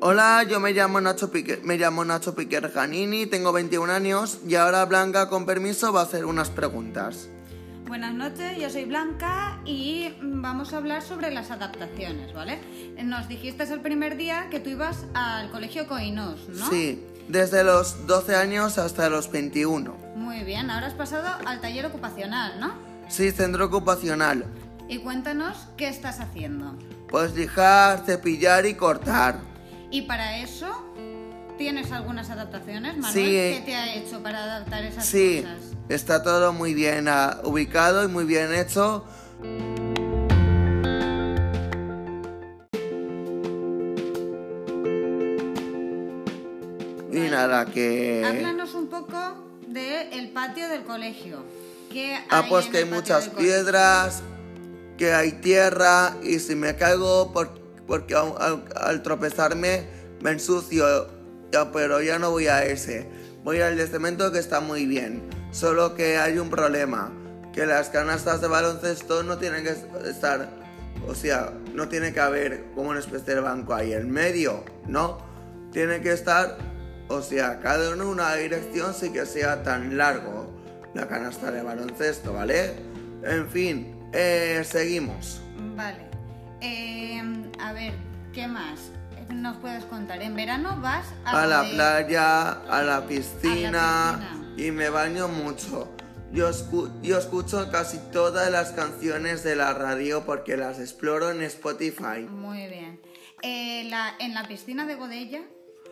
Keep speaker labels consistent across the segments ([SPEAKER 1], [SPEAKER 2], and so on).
[SPEAKER 1] Hola, yo me llamo Nacho Piquer, me llamo Nacho Piquer Janini, tengo 21 años y ahora Blanca, con permiso, va a hacer unas preguntas.
[SPEAKER 2] Buenas noches, yo soy Blanca y vamos a hablar sobre las adaptaciones, ¿vale? Nos dijiste el primer día que tú ibas al colegio Coinos, ¿no?
[SPEAKER 1] Sí, desde los 12 años hasta los 21.
[SPEAKER 2] Muy bien, ahora has pasado al taller ocupacional, ¿no?
[SPEAKER 1] Sí, centro ocupacional.
[SPEAKER 2] Y cuéntanos qué estás haciendo.
[SPEAKER 1] Pues lijar, cepillar y cortar.
[SPEAKER 2] Y para eso, ¿tienes algunas adaptaciones, Manuel?
[SPEAKER 1] Sí. eh.
[SPEAKER 2] ¿Qué te ha hecho para adaptar esas
[SPEAKER 1] Sí,
[SPEAKER 2] cosas?
[SPEAKER 1] está todo muy bien ah, ubicado y muy bien hecho. Y nada, que...
[SPEAKER 2] Háblanos un poco del patio del colegio. ¿Qué
[SPEAKER 1] Ah,
[SPEAKER 2] hay
[SPEAKER 1] pues
[SPEAKER 2] en
[SPEAKER 1] que hay
[SPEAKER 2] el patio
[SPEAKER 1] muchas
[SPEAKER 2] del colegio?
[SPEAKER 1] piedras, que hay tierra y si me caigo por- porque al, al- al tropezarme me ensucio, Ya, pero ya no voy a ese. Voy al de cemento que está muy bien, solo que hay un problema, que las canastas de baloncesto no tienen que estar, o sea, no tiene que haber como una especie de banco ahí en medio, ¿no? Tiene que estar, o sea, cada uno en una dirección sin que sea tan largo la canasta de baloncesto, ¿vale? En fin, eh, seguimos.
[SPEAKER 2] Vale. Eh, a ver, ¿qué más nos puedes contar? En verano vas a,
[SPEAKER 1] a la
[SPEAKER 2] poder-
[SPEAKER 1] playa, a la piscina
[SPEAKER 2] piscina.
[SPEAKER 1] y me baño mucho. Yo, escu- yo escucho casi todas las canciones de la radio porque las exploro en Spotify.
[SPEAKER 2] Muy bien. Eh, la- en la piscina de Godella,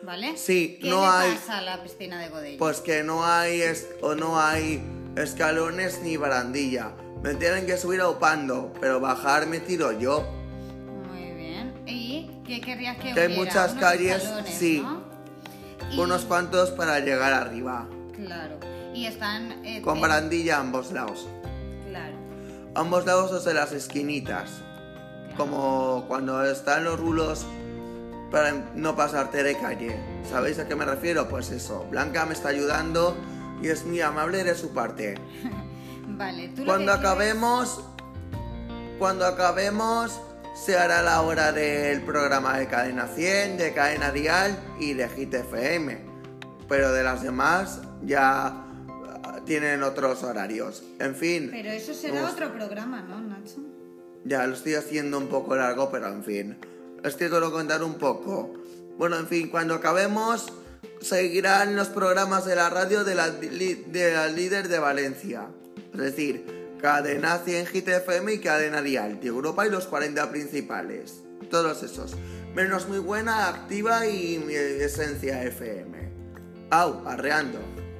[SPEAKER 2] ¿vale?
[SPEAKER 1] Sí,
[SPEAKER 2] ¿Qué
[SPEAKER 1] no
[SPEAKER 2] le
[SPEAKER 1] hay-
[SPEAKER 2] pasa a la piscina de Godella?
[SPEAKER 1] Pues que no hay es- o no hay escalones ni barandilla. Me tienen que subir aupando, pero bajar me tiro yo.
[SPEAKER 2] Muy bien. ¿Y qué querrías que
[SPEAKER 1] Que hay
[SPEAKER 2] hubiera?
[SPEAKER 1] muchas
[SPEAKER 2] Unos
[SPEAKER 1] calles,
[SPEAKER 2] escalones,
[SPEAKER 1] sí.
[SPEAKER 2] ¿no? Y-
[SPEAKER 1] Unos cuantos para llegar arriba.
[SPEAKER 2] Claro. Y están... eh,
[SPEAKER 1] Con
[SPEAKER 2] eh,
[SPEAKER 1] barandilla a ambos lados.
[SPEAKER 2] Claro.
[SPEAKER 1] A ambos lados o sea, las esquinitas.
[SPEAKER 2] claro.
[SPEAKER 1] como cuando están los rulos para no pasarte de calle. ¿Sabéis a qué me refiero? Pues eso, Blanca me está ayudando y es muy amable de su parte.
[SPEAKER 2] Vale. Tú lo
[SPEAKER 1] Cuando
[SPEAKER 2] que quieres-
[SPEAKER 1] acabemos, cuando acabemos, se hará la hora del programa de Cadena 100, de Cadena Dial y de Hit FM. Pero de las demás ya ah, tienen otros horarios. En fin.
[SPEAKER 2] Pero eso será
[SPEAKER 1] Vamos.
[SPEAKER 2] otro programa, ¿no, Nacho?
[SPEAKER 1] Ya, lo estoy haciendo un poco largo, pero en fin. Es que quiero contar un poco. Bueno, en fin, cuando acabemos, seguirán los programas de la radio de la, li- de la líder de Valencia. Es decir, Cadena 100 GTFM y Cadena Dial de Europa y los 40 principales. Todos esos. Menos muy buena, activa y mi esencia FM. Au, arreando.